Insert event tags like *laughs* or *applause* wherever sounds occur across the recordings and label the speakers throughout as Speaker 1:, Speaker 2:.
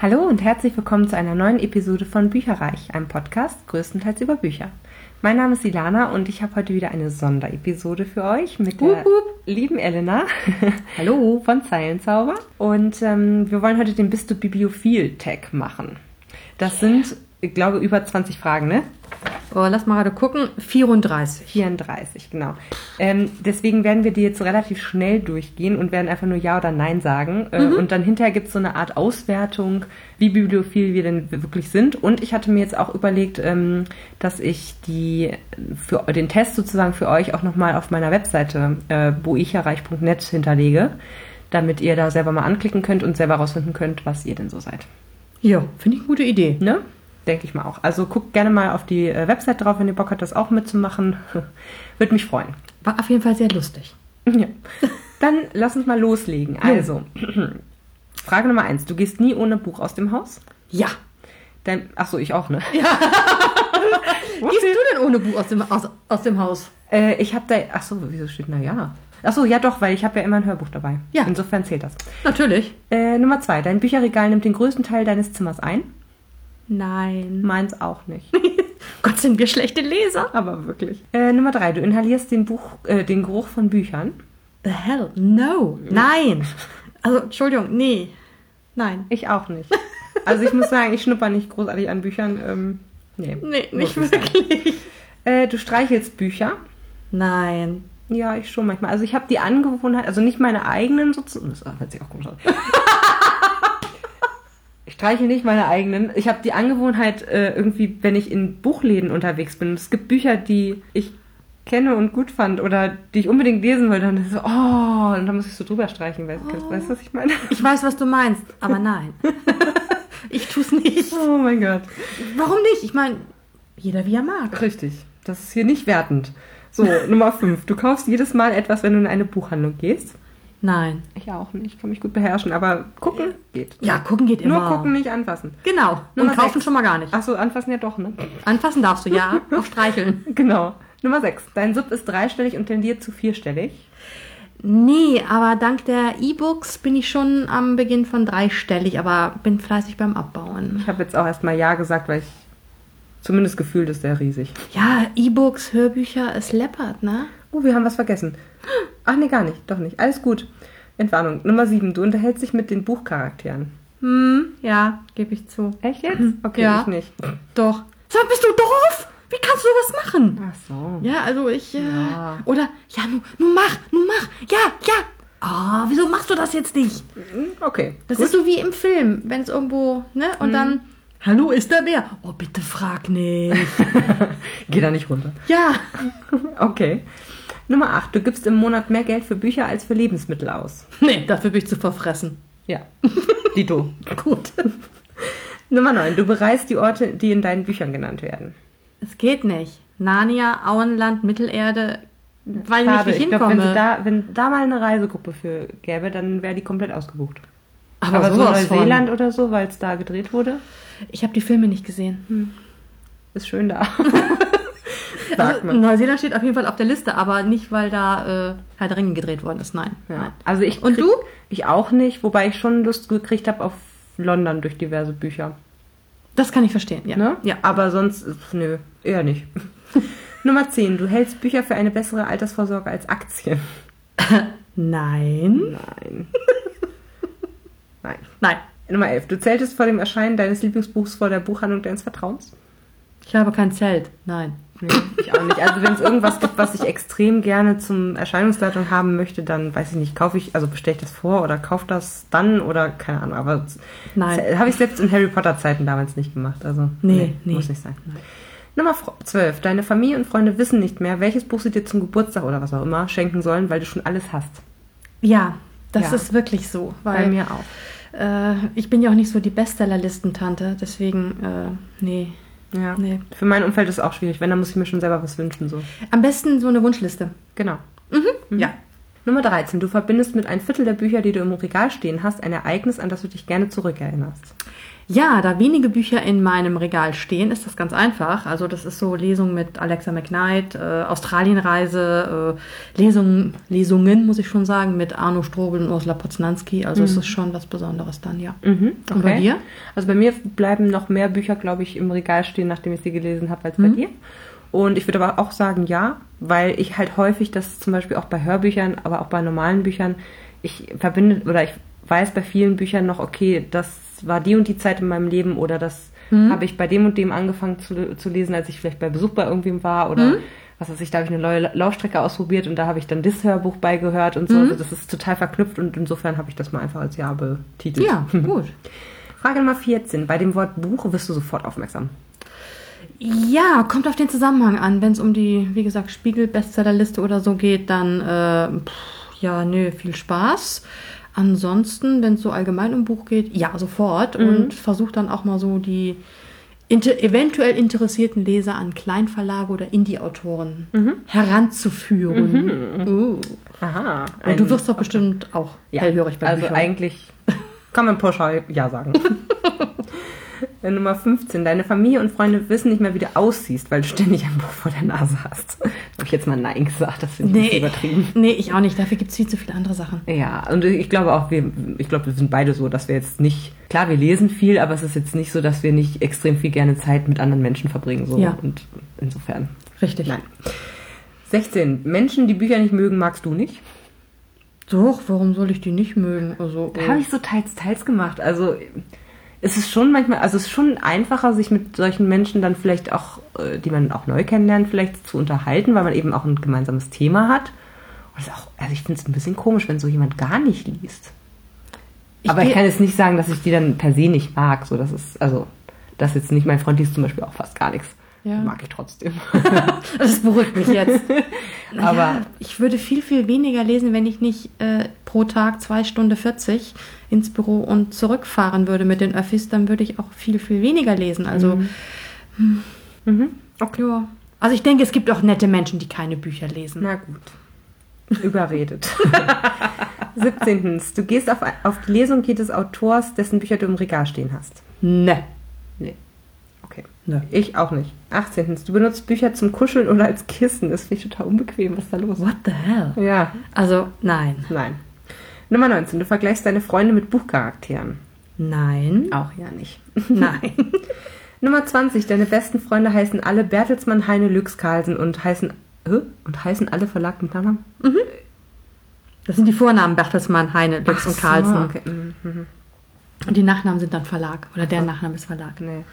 Speaker 1: Hallo und herzlich willkommen zu einer neuen Episode von Bücherreich, einem Podcast größtenteils über Bücher. Mein Name ist Ilana und ich habe heute wieder eine Sonderepisode für euch mit der
Speaker 2: Wup, wup.
Speaker 1: lieben Elena *laughs*
Speaker 2: Hallo.
Speaker 1: von Zeilenzauber. Und ähm, wir wollen heute den Bist du Bibliophil-Tag machen. Das sind, ich glaube, über 20 Fragen, ne?
Speaker 2: Oh, lass mal gerade gucken. 34.
Speaker 1: 34, genau. Ähm, deswegen werden wir die jetzt relativ schnell durchgehen und werden einfach nur Ja oder Nein sagen. Äh, Und dann hinterher gibt's so eine Art Auswertung, wie bibliophil wir denn wirklich sind. Und ich hatte mir jetzt auch überlegt, ähm, dass ich die für den Test sozusagen für euch auch nochmal auf meiner Webseite äh, boicherreich.net hinterlege, damit ihr da selber mal anklicken könnt und selber rausfinden könnt, was ihr denn so seid.
Speaker 2: Ja, finde ich eine gute Idee.
Speaker 1: Ne? Denke ich mal auch. Also guckt gerne mal auf die äh, Website drauf, wenn ihr Bock habt, das auch mitzumachen. *laughs* Würde mich freuen.
Speaker 2: War auf jeden Fall sehr lustig.
Speaker 1: *laughs* Ja. Dann lass uns mal loslegen. Also, *clears throat* Frage Nummer eins. Du gehst nie ohne Buch aus dem Haus?
Speaker 2: Ja.
Speaker 1: Dein, ach so, ich auch, ne?
Speaker 2: Gehst du denn ohne Buch aus dem, aus, aus dem Haus?
Speaker 1: Äh, ich habe da, ach so, wieso steht, na ja. Ach so, ja doch, weil ich habe ja immer ein Hörbuch dabei.
Speaker 2: Ja.
Speaker 1: Insofern zählt das.
Speaker 2: Natürlich.
Speaker 1: Äh, Nummer zwei. Dein Bücherregal nimmt den größten Teil deines Zimmers ein.
Speaker 2: Nein.
Speaker 1: Meins auch nicht.
Speaker 2: Gott, sind wir schlechte Leser.
Speaker 1: *laughs* Aber wirklich. Äh, Nummer drei. Du inhalierst den, Buch, äh, den Geruch von Büchern.
Speaker 2: The hell? No. Nein. Also, Entschuldigung, nee. Nein.
Speaker 1: Ich auch nicht. Also ich muss sagen, ich schnupper nicht großartig an Büchern. Ähm, nee.
Speaker 2: Nee,
Speaker 1: Muss
Speaker 2: nicht
Speaker 1: ich sagen.
Speaker 2: wirklich.
Speaker 1: Äh, du streichelst Bücher.
Speaker 2: Nein.
Speaker 1: Ja, ich schon manchmal. Also ich habe die Angewohnheit, also nicht meine eigenen sozusagen. Das hört sich auch komisch an. ich streiche nicht meine eigenen. Ich habe die Angewohnheit, äh, irgendwie, wenn ich in Buchläden unterwegs bin, es gibt Bücher, die ich kenne und gut fand oder die ich unbedingt lesen wollte, und dann so, oh, und dann muss ich so drüber streichen. Weißt du, weißt, du, was ich meine?
Speaker 2: Ich weiß, was du meinst,
Speaker 1: *laughs*
Speaker 2: aber nein. ich tu's nicht.
Speaker 1: Oh mein Gott.
Speaker 2: Warum nicht? Ich meine, jeder wie er mag.
Speaker 1: Richtig. Das ist hier nicht wertend. So, Nummer 5. Du kaufst jedes Mal etwas, wenn du in eine Buchhandlung gehst.
Speaker 2: Nein.
Speaker 1: Ich auch nicht. Ich kann mich gut beherrschen, aber gucken geht.
Speaker 2: Ja, gucken geht immer.
Speaker 1: Nur gucken, nicht anfassen.
Speaker 2: Genau. Und
Speaker 1: Nummer
Speaker 2: kaufen
Speaker 1: sechs.
Speaker 2: schon mal gar nicht.
Speaker 1: Achso, anfassen ja doch, ne? *laughs*
Speaker 2: Anfassen darfst du, *laughs* ja. Auch streicheln.
Speaker 1: Genau. Nummer 6. Dein Sub ist dreistellig und tendiert zu vierstellig.
Speaker 2: Nee, aber dank der E-Books bin ich schon am Beginn von dreistellig, aber bin fleißig beim Abbauen.
Speaker 1: Ich habe jetzt auch erstmal Ja gesagt, weil ich zumindest gefühlt ist der riesig.
Speaker 2: Ja, E-Books, Hörbücher, es läppert, ne?
Speaker 1: Oh, wir haben was vergessen. Ach nee, gar nicht. Doch nicht. Alles gut. Entwarnung. Nummer 7. Du unterhältst dich mit den Buchcharakteren.
Speaker 2: Hm, ja, gebe ich zu.
Speaker 1: Echt jetzt? Okay,
Speaker 2: Ja.
Speaker 1: ich nicht.
Speaker 2: Doch. Sag, bist du doof? Wie kannst du sowas machen?
Speaker 1: Ach so.
Speaker 2: Ja, also ich. Äh,
Speaker 1: Ja.
Speaker 2: Oder, ja, nun nu mach, nun mach. Ja, ja. Ah, wieso machst du das jetzt nicht?
Speaker 1: Okay.
Speaker 2: Das ist so wie im Film, wenn es irgendwo, ne? Und dann. Hallo, ist da wer? Oh, bitte frag nicht.
Speaker 1: *laughs* Geh da nicht runter.
Speaker 2: *laughs* ja.
Speaker 1: Okay. Nummer 8. Du gibst im Monat mehr Geld für Bücher als für Lebensmittel aus.
Speaker 2: Nee, dafür bin ich zu verfressen. *laughs*
Speaker 1: Ja. Dito.
Speaker 2: Gut.
Speaker 1: Nummer 9. Du bereist die Orte, die in deinen Büchern genannt werden.
Speaker 2: Es geht nicht. Narnia, Auenland, Mittelerde, weil
Speaker 1: Schade.
Speaker 2: ich
Speaker 1: Ich
Speaker 2: nicht
Speaker 1: glaube, wenn, sie
Speaker 2: hinkomme.
Speaker 1: da- wenn da mal eine Reisegruppe für gäbe, dann wäre die komplett ausgebucht.
Speaker 2: aber
Speaker 1: Aber so
Speaker 2: sowas von.
Speaker 1: Neuseeland oder so, weil es da gedreht wurde,
Speaker 2: Ich habe die Filme nicht gesehen.
Speaker 1: Hm. ist schön
Speaker 2: *laughs*
Speaker 1: da. Sagt
Speaker 2: Also,
Speaker 1: man.
Speaker 2: Neuseeland steht auf jeden Fall auf der Liste, aber nicht, weil da äh, Herr der Ringe gedreht worden ist. Nein.
Speaker 1: Ja.
Speaker 2: Nein.
Speaker 1: Also ich
Speaker 2: Und du?
Speaker 1: Ich auch nicht, wobei ich schon Lust gekriegt habe auf London durch diverse Bücher.
Speaker 2: Das kann ich verstehen, ja.
Speaker 1: Ne?
Speaker 2: ja.
Speaker 1: Aber sonst, äh, nö, eher
Speaker 2: *laughs*
Speaker 1: nicht. Nummer 10. Du hältst Bücher für eine bessere Altersvorsorge als Aktien.
Speaker 2: Nein.
Speaker 1: Nein. *laughs* Nein.
Speaker 2: Nein.
Speaker 1: Nummer 11. Du zähltest vor dem Erscheinen deines Lieblingsbuchs vor der Buchhandlung deines Vertrauens?
Speaker 2: Ich habe kein Zelt. Nein.
Speaker 1: Nee, ich auch nicht. Also wenn es irgendwas gibt, was ich extrem gerne zum Erscheinungsdatum haben möchte, dann weiß ich nicht, kaufe ich, also bestelle ich das vor oder kaufe das dann oder keine Ahnung. Aber
Speaker 2: Nein.
Speaker 1: das habe ich selbst in Harry Potter Zeiten damals nicht gemacht. Also
Speaker 2: Nee, nee.
Speaker 1: muss nicht sein. Nummer 12. Deine Familie und Freunde wissen nicht mehr, welches Buch sie dir zum Geburtstag oder was auch immer schenken sollen, weil du schon alles hast.
Speaker 2: *laughs* Ja, das
Speaker 1: Ja.
Speaker 2: ist wirklich so. Weil
Speaker 1: Bei mir auch.
Speaker 2: Äh, ich bin ja auch nicht so die Bestsellerlistentante, deswegen, äh, nee.
Speaker 1: Ja.
Speaker 2: Nee.
Speaker 1: Für mein Umfeld ist es auch schwierig. Wenn, dann muss ich mir schon selber was wünschen. So.
Speaker 2: Am besten so eine Wunschliste.
Speaker 1: Genau.
Speaker 2: Ja.
Speaker 1: Nummer 13. Du verbindest mit ein Viertel der Bücher, die du im Regal stehen hast, ein Ereignis, an das du dich gerne zurückerinnerst.
Speaker 2: Ja, da wenige Bücher in meinem Regal stehen, ist das ganz einfach. Also das ist so Lesung mit Alexa McKnight, äh, Australienreise, äh, Lesung, Lesungen, muss ich schon sagen, mit Arno Strobel und Ursula Poznanski. Also es ist schon was Besonderes dann, ja.
Speaker 1: Mhm, okay.
Speaker 2: Und bei dir?
Speaker 1: Also bei mir bleiben noch mehr Bücher, glaube ich, im Regal stehen, nachdem ich sie gelesen habe, als
Speaker 2: Mhm.
Speaker 1: bei dir. Und ich würde aber auch sagen, ja, weil ich halt häufig das zum Beispiel auch bei Hörbüchern, aber auch bei normalen Büchern, ich verbinde oder ich weiß bei vielen Büchern noch, okay, das war die und die Zeit in meinem Leben oder das
Speaker 2: Mhm.
Speaker 1: habe ich bei dem und dem angefangen zu, zu lesen, als ich vielleicht bei Besuch bei irgendwem war oder
Speaker 2: Mhm.
Speaker 1: was weiß ich, da habe ich eine neue Laufstrecke ausprobiert und da habe ich dann das Hörbuch beigehört und so.
Speaker 2: Mhm.
Speaker 1: Also das ist total verknüpft und insofern habe ich das mal einfach als Ja betitelt.
Speaker 2: Ja, gut.
Speaker 1: Frage Nummer 14. Bei dem Wort Buch wirst du sofort aufmerksam.
Speaker 2: Ja, kommt auf den Zusammenhang an. Wenn es um die, wie gesagt, Spiegel-Bestsellerliste oder so geht, dann äh, pff, ja, nö, viel Spaß. Ansonsten, wenn es so allgemein um Buch geht, ja, sofort.
Speaker 1: Mhm.
Speaker 2: Und versucht dann auch mal so die inter eventuell interessierten Leser an Kleinverlage oder Indie-Autoren
Speaker 1: Mhm.
Speaker 2: heranzuführen. Uh.
Speaker 1: Aha.
Speaker 2: Und du wirst doch bestimmt auch hellhörig bei
Speaker 1: Also
Speaker 2: Büchern.
Speaker 1: eigentlich *laughs* kann man pauschal Ja *laughs* sagen. Äh, Nummer 15. Deine Familie und Freunde wissen nicht mehr, wie du aussiehst, weil du ständig ein Buch vor der Nase hast. *laughs* Habe ich jetzt mal Nein gesagt, das finde ich
Speaker 2: nee,
Speaker 1: nee. übertrieben.
Speaker 2: nee, ich auch nicht. Dafür gibt es viel zu viele andere Sachen.
Speaker 1: Ja, und ich glaube auch, wir, ich glaube, wir sind beide so, dass wir jetzt nicht, klar, wir lesen viel, aber es ist jetzt nicht so, dass wir nicht extrem viel gerne Zeit mit anderen Menschen verbringen, so.
Speaker 2: Ja.
Speaker 1: Und insofern.
Speaker 2: Richtig.
Speaker 1: Nein. 16. Menschen, die Bücher nicht mögen, magst du nicht?
Speaker 2: Doch, warum soll ich die nicht mögen? Also,
Speaker 1: Da habe ich so teils, teils gemacht. Also es ist schon manchmal, also es ist schon einfacher, sich mit solchen Menschen dann vielleicht auch, äh, die man auch neu kennenlernt, vielleicht zu unterhalten, weil man eben auch ein gemeinsames Thema hat. Und es ist auch, also ich finde es ein bisschen komisch, wenn so jemand gar nicht liest. Aber ich
Speaker 2: geh-
Speaker 1: kann jetzt nicht sagen, dass ich die dann per se nicht mag. So, das ist, also, das ist jetzt nicht mein Freund liest zum Beispiel auch fast gar nichts.
Speaker 2: Ja.
Speaker 1: Mag ich trotzdem.
Speaker 2: das beruhigt
Speaker 1: *laughs*
Speaker 2: mich jetzt. Naja,
Speaker 1: Aber-
Speaker 2: ich würde viel, viel weniger lesen, wenn ich nicht äh, pro Tag zwei Stunden 40 ins Büro und zurückfahren würde mit den Öffis, dann würde ich auch viel, viel weniger lesen. Also,
Speaker 1: Mhm.
Speaker 2: hm.
Speaker 1: Okay.
Speaker 2: ja. Also ich denke, es gibt auch nette Menschen, die keine Bücher lesen.
Speaker 1: Na gut. Überredet. *laughs* 17. Du gehst auf, auf die Lesung jedes Autors, dessen Bücher du im Regal stehen hast.
Speaker 2: Ne.
Speaker 1: Nee. Okay.
Speaker 2: Ne.
Speaker 1: Ich auch nicht. 18. Du benutzt Bücher zum Kuscheln oder als Kissen. Das finde ich total unbequem. Was ist da los?
Speaker 2: What the hell?
Speaker 1: Ja,
Speaker 2: Also, nein.
Speaker 1: nein. Nummer 19. Du vergleichst deine Freunde mit Buchcharakteren.
Speaker 2: Nein.
Speaker 1: Auch ja nicht.
Speaker 2: *laughs* Nein.
Speaker 1: Nummer 20. Deine besten Freunde heißen alle Bertelsmann, Heine, Lüx, Carlsen und heißen... Hä? Und heißen alle Verlag mit Nachnamen?
Speaker 2: Das sind die Vornamen Bertelsmann, Heine, Lüx und
Speaker 1: so,
Speaker 2: Carlsen.
Speaker 1: okay. Mhm.
Speaker 2: Und die Nachnamen sind dann Verlag. Oder der Nachname ist Verlag.
Speaker 1: Nee.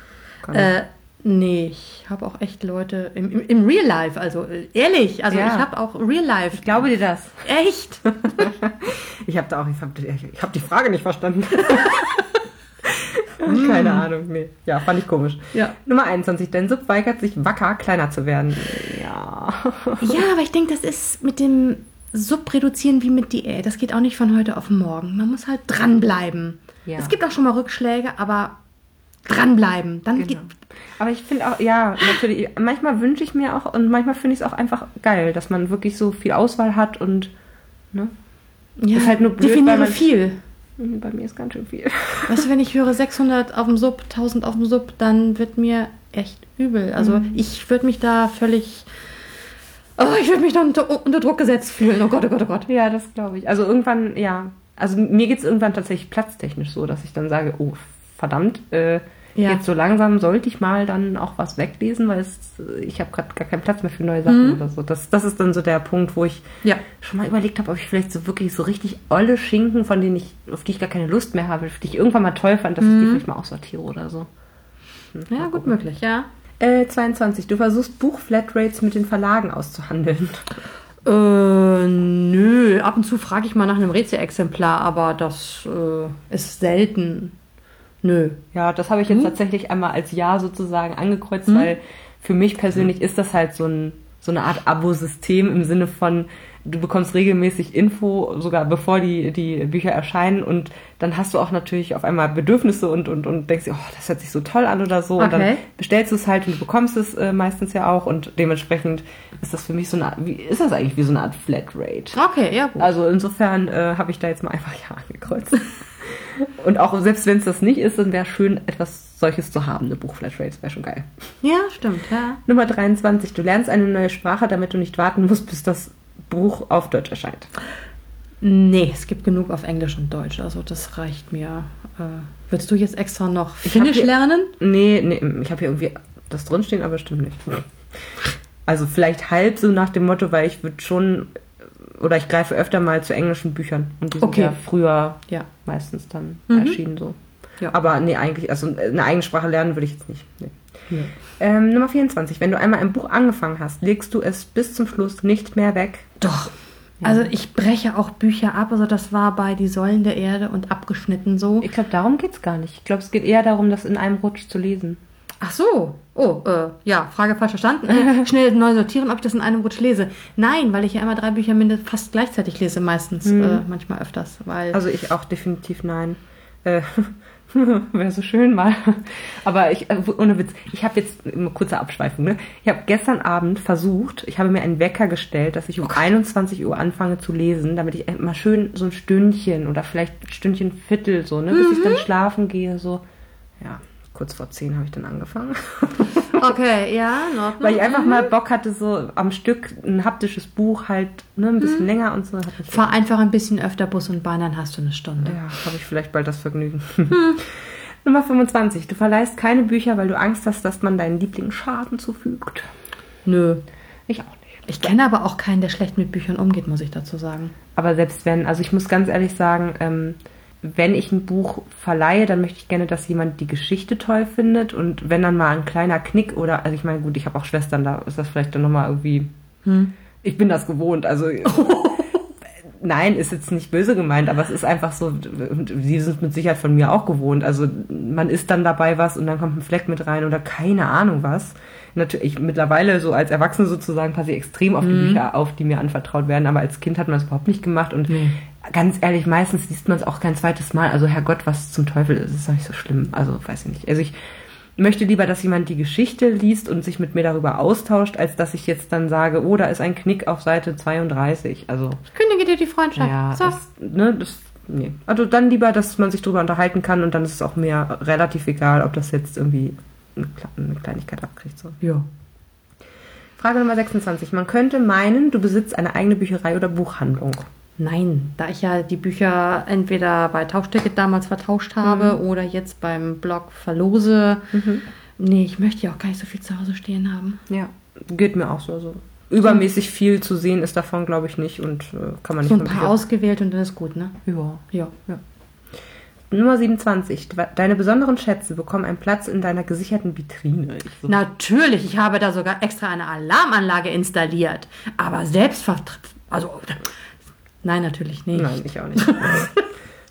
Speaker 1: Kann nicht.
Speaker 2: Äh, nee, ich habe auch echt Leute im, im, im Real Life, also äh, ehrlich, also
Speaker 1: Ja.
Speaker 2: ich habe auch Real Life.
Speaker 1: Ich glaube dir das. *laughs*
Speaker 2: echt?
Speaker 1: Ich habe da auch, ich habe ich hab die Frage nicht verstanden. *laughs* Keine Ahnung, nee. Ja, fand ich komisch.
Speaker 2: Ja.
Speaker 1: Nummer 21, dein Sub weigert sich wacker, kleiner zu werden. Ja.
Speaker 2: ja, aber ich denke, das ist mit dem Subreduzieren wie mit Diät. Das geht auch nicht von heute auf morgen. Man muss halt dranbleiben.
Speaker 1: Ja.
Speaker 2: Es gibt auch schon mal Rückschläge, aber dranbleiben. Dann
Speaker 1: Genau.
Speaker 2: geht,
Speaker 1: Aber ich finde auch, ja, natürlich, manchmal wünsche ich mir auch und manchmal finde ich es auch einfach geil, dass man wirklich so viel Auswahl hat und ne?
Speaker 2: ja,
Speaker 1: Ist halt nur blöd, weil
Speaker 2: definiere
Speaker 1: man-
Speaker 2: viel.
Speaker 1: bei mir ist ganz schön viel.
Speaker 2: Weißt du, wenn ich höre 600 auf dem Sub, 1000 auf dem Sub, dann wird mir echt übel. Also ich würde mich da völlig, oh, ich würde mich da unter, unter Druck gesetzt fühlen. Oh Gott, oh Gott, oh Gott.
Speaker 1: Ja, das glaube ich. Also irgendwann, ja. Also mir geht es irgendwann tatsächlich platztechnisch so, dass ich dann sage, oh, verdammt, äh,
Speaker 2: Ja.
Speaker 1: jetzt so langsam sollte ich mal dann auch was weglesen, weil es, äh, ich habe gerade gar keinen Platz mehr für neue Sachen oder so. Das, das ist dann so der Punkt, wo ich
Speaker 2: Ja.
Speaker 1: schon mal überlegt habe, ob ich vielleicht so wirklich so richtig olle Schinken, von denen ich, auf die ich gar keine Lust mehr habe, die ich irgendwann mal toll fand, dass ich die vielleicht mal aussortiere oder so.
Speaker 2: Ja, gut möglich, ja.
Speaker 1: Äh, 22. Du versuchst Buchflatrates mit den Verlagen auszuhandeln.
Speaker 2: Äh, nö, ab und zu frage ich mal nach einem Rätselexemplar, aber das äh, ist selten. Nö.
Speaker 1: Ja, das habe ich jetzt tatsächlich einmal als Ja sozusagen angekreuzt, weil für mich persönlich ist das halt so, ein, so eine Art Abo-System im Sinne von, du bekommst regelmäßig Info, sogar bevor die, die Bücher erscheinen und dann hast du auch natürlich auf einmal Bedürfnisse und, und, und denkst, dir, oh, das hört sich so toll an oder so und dann
Speaker 2: Okay.
Speaker 1: bestellst du es halt und du bekommst es äh, meistens ja auch und dementsprechend ist das für mich so eine Art, wie, ist das eigentlich wie so eine Art Flatrate?
Speaker 2: Okay, ja gut.
Speaker 1: Also insofern äh, habe ich da jetzt mal einfach Ja angekreuzt. Und auch selbst wenn es das nicht ist, dann wäre schön, etwas solches zu haben. Eine Buchflatrate, das wäre schon geil.
Speaker 2: Ja, stimmt, ja.
Speaker 1: Nummer 23. Du lernst eine neue Sprache, damit du nicht warten musst, bis das Buch auf Deutsch erscheint.
Speaker 2: Nee, es gibt genug auf Englisch und Deutsch, also das reicht mir. Äh, willst du jetzt extra noch
Speaker 1: Ich hab
Speaker 2: Finnisch
Speaker 1: hier-
Speaker 2: lernen?
Speaker 1: Nee, nee, ich habe hier irgendwie das drinstehen, aber stimmt nicht. Also vielleicht halb so nach dem Motto, weil ich würde schon, oder ich greife öfter mal zu englischen Büchern. Und die sind
Speaker 2: Okay.
Speaker 1: ja früher
Speaker 2: Ja.
Speaker 1: meistens dann
Speaker 2: Mhm.
Speaker 1: erschienen so.
Speaker 2: Ja.
Speaker 1: Aber nee, eigentlich, also eine eigene Sprache lernen würde ich jetzt nicht. Nee.
Speaker 2: Nee.
Speaker 1: Ähm, Nummer 24. Wenn du einmal ein Buch angefangen hast, legst du es bis zum Schluss nicht mehr weg.
Speaker 2: Doch. Also ich breche auch Bücher ab, also das war bei Die Säulen der Erde und abgeschnitten so.
Speaker 1: Ich glaube, darum geht's gar nicht. Ich glaube, es geht eher darum, das in einem Rutsch zu lesen.
Speaker 2: Ach so. Oh, äh, ja, Frage falsch verstanden.
Speaker 1: *laughs*
Speaker 2: Äh, Schnell neu sortieren, ob ich das in einem Rutsch lese. Nein, weil ich ja immer drei Bücher mindestens fast gleichzeitig lese, meistens, äh, manchmal öfters. Weil
Speaker 1: Mhm. Also ich auch definitiv nein. Äh, *laughs* Wäre so schön mal. Aber ich, äh, ohne Witz, ich habe jetzt, eine kurze Abschweifung, ne? Ich habe gestern Abend versucht, ich habe mir einen Wecker gestellt, dass ich um 21 Uhr anfange zu lesen, damit ich mal schön so ein Stündchen oder vielleicht ein Stündchen Viertel so, ne? Bis ich dann schlafen gehe, so. Ja, kurz vor 10 habe ich dann angefangen.
Speaker 2: okay, ja, in Ordnung.
Speaker 1: Weil ich einfach mal Bock hatte, so am Stück ein haptisches Buch halt, ne? Ein bisschen länger und so. Hab ich
Speaker 2: Fahr einfach ein bisschen öfter Bus und Bahn, dann hast du eine Stunde.
Speaker 1: Ja, habe ich vielleicht bald das Vergnügen. *laughs* Nummer 25. Du verleihst keine Bücher, weil du Angst hast, dass man deinen Lieblingen Schaden zufügt.
Speaker 2: Nö.
Speaker 1: Ich auch nicht.
Speaker 2: Ich kenne aber auch keinen, der schlecht mit Büchern umgeht, muss ich dazu sagen.
Speaker 1: Aber selbst wenn, also ich muss ganz ehrlich sagen, ähm, wenn ich ein Buch verleihe, dann möchte ich gerne, dass jemand die Geschichte toll findet. Und wenn dann mal ein kleiner Knick oder, also ich meine, gut, ich habe auch Schwestern, da ist das vielleicht dann nochmal irgendwie. Ich bin das gewohnt, also. Nein, ist jetzt nicht böse gemeint, aber es ist einfach so, die sind mit Sicherheit von mir auch gewohnt. Also man ist dann dabei was und dann kommt ein Fleck mit rein oder keine Ahnung was. Natürlich, ich- mittlerweile so als Erwachsene sozusagen passe ich extrem auf die Bücher auf, die mir anvertraut werden, aber als Kind hat man das überhaupt nicht gemacht und ganz ehrlich, meistens liest man es auch kein zweites Mal. Also Herrgott, was zum Teufel ist, ist doch nicht so schlimm. Also weiß ich nicht. Also ich möchte lieber, dass jemand die Geschichte liest und sich mit mir darüber austauscht, als dass ich jetzt dann sage, oh, da ist ein Knick auf Seite 32. Also
Speaker 2: Ich kündige dir die Freundschaft.
Speaker 1: ja,
Speaker 2: so.
Speaker 1: das, ne, das, nee. Also dann lieber, dass man sich drüber unterhalten kann und dann ist es auch mir relativ egal, ob das jetzt irgendwie eine Kle- eine Kleinigkeit abkriegt. So.
Speaker 2: ja.
Speaker 1: Frage Nummer 26. Man könnte meinen, du besitzt eine eigene Bücherei oder Buchhandlung.
Speaker 2: Nein, da ich ja die Bücher entweder bei Tauschticket damals vertauscht
Speaker 1: Mhm.
Speaker 2: habe oder jetzt beim Blog verlose.
Speaker 1: Mhm.
Speaker 2: Nee, ich möchte ja auch gar nicht so viel zu Hause stehen haben.
Speaker 1: Ja. Geht mir auch so. Also übermäßig viel zu sehen ist davon, glaube ich, nicht und äh, kann man nicht
Speaker 2: So ein
Speaker 1: mit
Speaker 2: paar
Speaker 1: Bücher-
Speaker 2: ausgewählt und dann ist gut, ne?
Speaker 1: Ja.
Speaker 2: Ja.
Speaker 1: Nummer 27. Deine besonderen Schätze bekommen einen Platz in deiner gesicherten Vitrine. Ich so,
Speaker 2: Natürlich, ich habe da sogar extra eine Alarmanlage installiert. Aber selbst Also. Nein, natürlich nicht.
Speaker 1: Nein, ich auch nicht.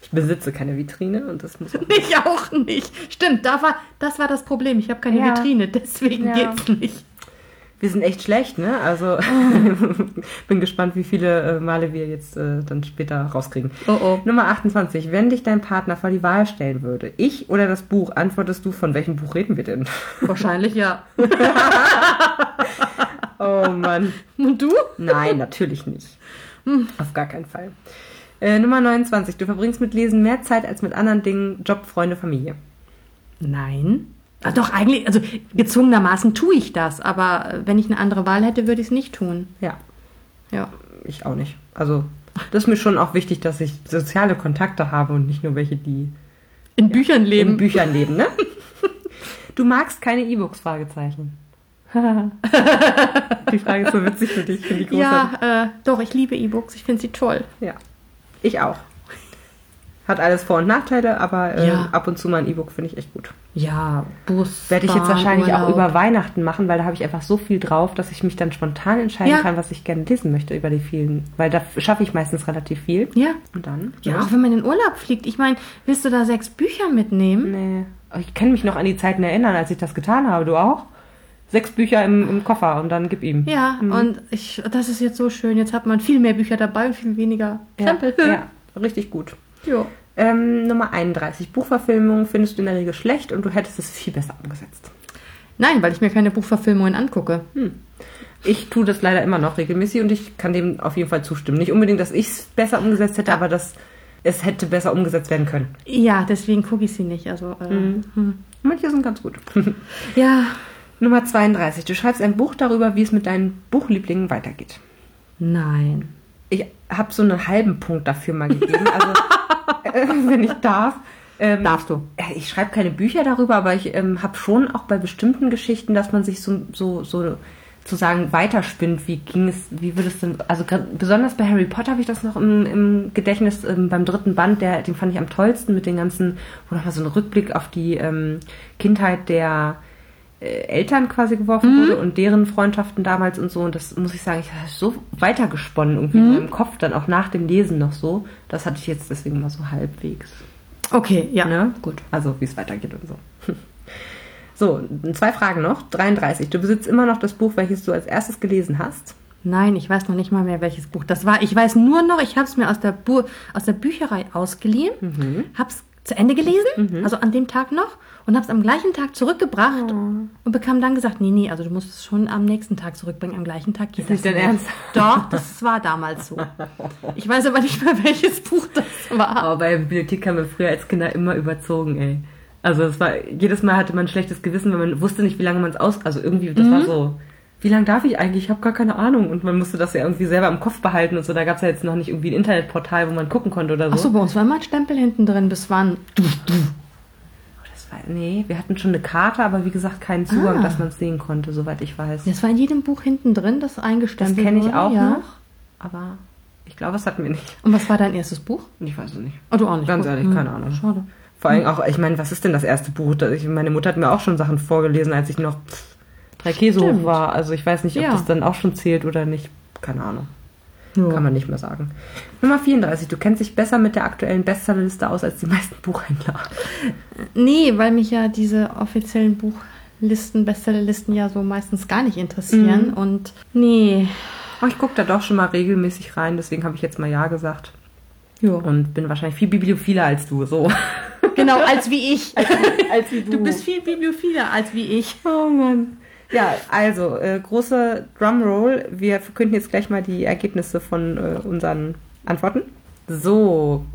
Speaker 1: ich besitze keine Vitrine und das muss auch
Speaker 2: *laughs* Ich auch nicht. Stimmt, da war, das war das Problem. Ich habe keine
Speaker 1: Ja.
Speaker 2: Vitrine, deswegen
Speaker 1: Ja.
Speaker 2: geht's nicht.
Speaker 1: Wir sind echt schlecht, ne? Also bin gespannt, wie viele äh, Male wir jetzt äh, dann später rauskriegen.
Speaker 2: Oh, oh.
Speaker 1: Nummer 28. Wenn dich dein Partner vor die Wahl stellen würde, ich oder das Buch, antwortest du, von welchem Buch reden wir denn?
Speaker 2: Wahrscheinlich ja.
Speaker 1: Oh Mann.
Speaker 2: Und du?
Speaker 1: Nein, natürlich nicht. Auf gar keinen Fall. Äh, Nummer 29. Du verbringst mit Lesen mehr Zeit als mit anderen Dingen, Job, Freunde, Familie.
Speaker 2: Nein. Ah, doch, eigentlich, also gezwungenermaßen tue ich das, aber äh, wenn ich eine andere Wahl hätte, würde ich es nicht tun.
Speaker 1: Ja,
Speaker 2: Ja.
Speaker 1: ich auch nicht. Also, das ist mir schon auch wichtig, dass ich soziale Kontakte habe und nicht nur welche, die
Speaker 2: In Büchern
Speaker 1: in
Speaker 2: leben.
Speaker 1: Büchern leben, ne? *laughs* Du magst keine E-Books, Fragezeichen. *laughs* die Frage ist so witzig für dich, finde ich großartig.
Speaker 2: ja, äh, doch, ich liebe E-Books, ich finde sie toll.
Speaker 1: Ja. Ich auch. Hat alles Vor- und Nachteile, aber äh,
Speaker 2: Ja.
Speaker 1: ab und zu mal ein E-Book finde ich echt gut.
Speaker 2: Ja, Bus.
Speaker 1: Werde ich jetzt
Speaker 2: Bahn,
Speaker 1: wahrscheinlich auch
Speaker 2: Urlaub.
Speaker 1: über Weihnachten machen, weil da habe ich einfach so viel drauf, dass ich mich dann spontan entscheiden
Speaker 2: Ja.
Speaker 1: kann, was ich gerne lesen möchte über die vielen. Weil da schaffe ich meistens relativ viel.
Speaker 2: Ja.
Speaker 1: Und dann?
Speaker 2: Ja, auch wenn man in Urlaub fliegt. Ich meine, willst du da sechs Bücher mitnehmen?
Speaker 1: Nee. Aber Ich kann mich noch an die Zeiten erinnern, als ich das getan habe. Du auch? Sechs Bücher im, im Koffer und dann gib ihm.
Speaker 2: Ja, und ich, das ist jetzt so schön. Jetzt hat man viel mehr Bücher dabei und viel weniger Krempel.
Speaker 1: Ja, ja *laughs* richtig gut.
Speaker 2: *laughs* Jo.
Speaker 1: Ähm, Nummer 31. Buchverfilmung findest du in der Regel schlecht und du hättest es viel besser umgesetzt.
Speaker 2: Nein, weil ich mir keine Buchverfilmungen angucke.
Speaker 1: Ich tue das leider immer noch regelmäßig und ich kann dem auf jeden Fall zustimmen. Nicht unbedingt, dass ich es besser umgesetzt hätte, aber dass es hätte besser umgesetzt werden können.
Speaker 2: Ja, deswegen gucke ich sie nicht. Also, äh, hm.
Speaker 1: Manche sind ganz gut. *laughs*
Speaker 2: Ja,
Speaker 1: Nummer 32. Du schreibst ein Buch darüber, wie es mit deinen Buchlieblingen weitergeht.
Speaker 2: nein.
Speaker 1: Ich habe so einen halben Punkt dafür mal gegeben, *laughs* also äh, wenn ich darf. Ähm,
Speaker 2: Darfst du.
Speaker 1: Äh, Ich schreibe keine Bücher darüber, aber ich ähm, habe schon auch bei bestimmten Geschichten, dass man sich so, so, so zu sagen weiterspinnt. Wie ging es, wie würde es denn, also grad- besonders bei Harry Potter habe ich das noch im, im Gedächtnis ähm, beim dritten Band, der, den fand ich am tollsten mit den ganzen, wo nochmal so ein Rückblick auf die ähm, Kindheit der äh, Eltern quasi geworfen wurde und deren Freundschaften damals und so. Und das muss ich sagen, ich habe so weitergesponnen irgendwie in meinem Kopf, dann auch nach dem Lesen noch so. Das hatte ich jetzt deswegen mal so halbwegs.
Speaker 2: Okay, ja.
Speaker 1: Ne? Gut. Also, wie es weitergeht und so. *laughs* So, zwei Fragen noch. 33. Du besitzt immer noch das Buch, welches du als erstes gelesen hast.
Speaker 2: Nein, ich weiß noch nicht mal mehr, welches Buch das war. Ich weiß nur noch, ich habe es mir aus der, Bu aus der Bücherei ausgeliehen,
Speaker 1: Mhm.
Speaker 2: habe es zu Ende gelesen, also an dem Tag noch, und habe es am gleichen Tag zurückgebracht
Speaker 1: Oh.
Speaker 2: und bekam dann gesagt, nee, nee, also du musst es schon am nächsten Tag zurückbringen, am gleichen Tag geht
Speaker 1: nicht
Speaker 2: das
Speaker 1: dein Ernst?
Speaker 2: Doch, das war damals
Speaker 1: *laughs*
Speaker 2: so. Ich weiß aber nicht mehr, welches Buch das war.
Speaker 1: Aber Oh, bei der Bibliothek haben wir früher als Kinder immer überzogen, ey. Also, es war, jedes Mal hatte man ein schlechtes Gewissen, weil man wusste nicht, wie lange man es aus, also irgendwie, das war so, wie lange darf ich eigentlich? Ich habe gar keine Ahnung. Und man musste das ja irgendwie selber im Kopf behalten und so. Da gab es ja jetzt noch nicht irgendwie ein Internetportal, wo man gucken konnte oder so.
Speaker 2: Achso, bei uns war immer ein Stempel hinten drin, bis wann.
Speaker 1: Das war, nee, wir hatten schon eine Karte, aber wie gesagt, keinen Zugang, dass man es sehen konnte, soweit ich weiß.
Speaker 2: Das war in jedem Buch hinten drin, das
Speaker 1: Das
Speaker 2: eingestempelt
Speaker 1: kenne ich
Speaker 2: wurde,
Speaker 1: auch
Speaker 2: ja.
Speaker 1: noch, aber ich glaube, es hatten wir nicht.
Speaker 2: Und was war dein erstes Buch?
Speaker 1: Ich weiß es nicht.
Speaker 2: Oh, du auch nicht.
Speaker 1: Ganz
Speaker 2: Gut.
Speaker 1: ehrlich,
Speaker 2: Hm,
Speaker 1: keine Ahnung.
Speaker 2: Schade.
Speaker 1: Vor allem auch, ich meine, was ist denn das erste Buch? Da- Ich, meine Mutter hat mir auch schon Sachen vorgelesen, als ich noch pff, drei Käse hoch
Speaker 2: Stimmt.
Speaker 1: war. Also ich weiß nicht, ob
Speaker 2: Ja.
Speaker 1: das dann auch schon zählt oder nicht. Keine Ahnung.
Speaker 2: Ja.
Speaker 1: Kann man nicht mehr sagen. Nummer 34. Du kennst dich besser mit der aktuellen Bestsellerliste aus als die meisten *laughs* Buchhändler.
Speaker 2: Nee, weil mich ja diese offiziellen Buchlisten, Bestsellerlisten ja so meistens gar nicht
Speaker 1: Mhm.
Speaker 2: interessieren. Und nee.
Speaker 1: Aber Oh, ich gucke da doch schon mal regelmäßig rein, deswegen habe ich jetzt mal Ja gesagt.
Speaker 2: Jo.
Speaker 1: Und bin wahrscheinlich viel bibliophiler als du, so.
Speaker 2: Genau, als wie ich.
Speaker 1: *laughs* als wie
Speaker 2: Du bist viel bibliophiler als wie ich.
Speaker 1: Oh Mann. Ja, also, äh, große Drumroll. Wir verkünden jetzt gleich mal die Ergebnisse von äh, unseren Antworten. So,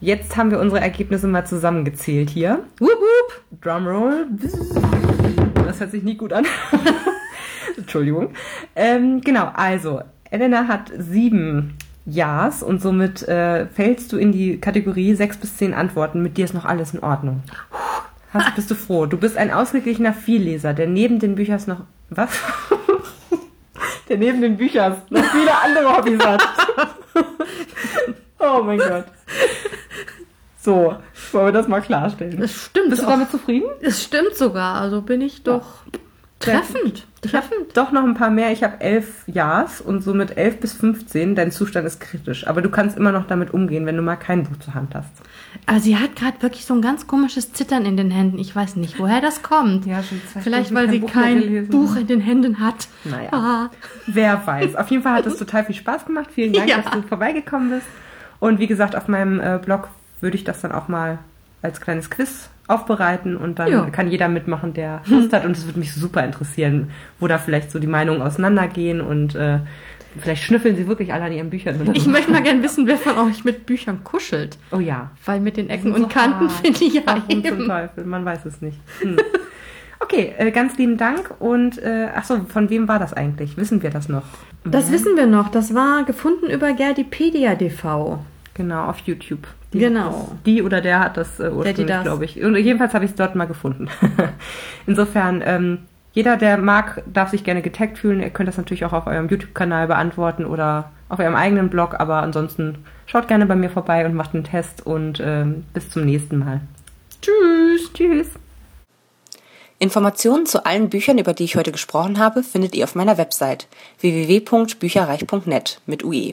Speaker 1: jetzt haben wir unsere Ergebnisse mal zusammengezählt hier.
Speaker 2: Wup, wup.
Speaker 1: Drumroll. Das hört sich nie gut an. *laughs* Entschuldigung. Ähm, genau, also, Elena hat sieben Ja's und somit äh, fällst du in die Kategorie sechs bis zehn Antworten. Mit dir ist noch alles in Ordnung. Hast, bist du froh? Du bist ein ausgeglichener Vielleser, der neben den Büchern noch. Was? *laughs* der neben den Büchern noch viele andere Hobbys hat. *laughs* oh mein Gott. So, wollen wir das mal klarstellen.
Speaker 2: Das stimmt.
Speaker 1: Bist du
Speaker 2: auch.
Speaker 1: damit zufrieden?
Speaker 2: Es stimmt sogar. Also bin ich doch treffend. Treffend.
Speaker 1: Doch noch ein paar mehr. Ich habe elf Ja's und somit elf bis 15. Dein Zustand ist kritisch. Aber du kannst immer noch damit umgehen, wenn du mal kein Buch zur Hand hast.
Speaker 2: Aber Also sie hat gerade wirklich so ein ganz komisches Zittern in den Händen. Ich weiß nicht, woher das kommt.
Speaker 1: Ja, schon zwei
Speaker 2: Vielleicht,
Speaker 1: Stunden kein
Speaker 2: weil sie
Speaker 1: Buch mehr
Speaker 2: kein
Speaker 1: gelesen.
Speaker 2: Buch in den Händen hat.
Speaker 1: Naja.
Speaker 2: Ah.
Speaker 1: Wer weiß. Auf jeden Fall hat es *laughs* total viel Spaß gemacht. Vielen Dank,
Speaker 2: Ja.
Speaker 1: dass du vorbeigekommen bist. Und wie gesagt, auf meinem äh, Blog würde ich das dann auch mal als kleines Quiz aufbereiten und dann
Speaker 2: Ja.
Speaker 1: kann jeder mitmachen, der Lust hat. Und es würde mich super interessieren, wo da vielleicht so die Meinungen auseinandergehen und äh, vielleicht schnüffeln sie wirklich alle an ihren Büchern. Oder
Speaker 2: Ich
Speaker 1: so.
Speaker 2: möchte mal gerne wissen, wer von euch mit Büchern kuschelt.
Speaker 1: Oh ja.
Speaker 2: Weil mit den
Speaker 1: sind
Speaker 2: Ecken und
Speaker 1: so
Speaker 2: Kanten
Speaker 1: hart.
Speaker 2: finde ich ja
Speaker 1: Warum zum
Speaker 2: eben.
Speaker 1: Teufel? Man weiß es nicht. Hm. Okay, äh, ganz lieben Dank und äh, ach so, von wem war das eigentlich? Wissen wir das noch?
Speaker 2: Das wissen wir noch. Das war gefunden über Gerdipedia TV.
Speaker 1: Genau, auf YouTube.
Speaker 2: Genau.
Speaker 1: Die oder der hat das äh,
Speaker 2: die
Speaker 1: ursprünglich,
Speaker 2: das.
Speaker 1: glaube ich. Und jedenfalls habe ich es dort mal gefunden. *laughs* Insofern, ähm, jeder, der mag, darf sich gerne getaggt fühlen. Ihr könnt das natürlich auch auf eurem YouTube-Kanal beantworten oder auf eurem eigenen Blog. Aber ansonsten schaut gerne bei mir vorbei und macht einen Test und ähm, bis zum nächsten Mal. Tschüss. Tschüss.
Speaker 3: Informationen zu allen Büchern, über die ich heute gesprochen habe, findet ihr auf meiner Website www.bücherreich.net mit UE.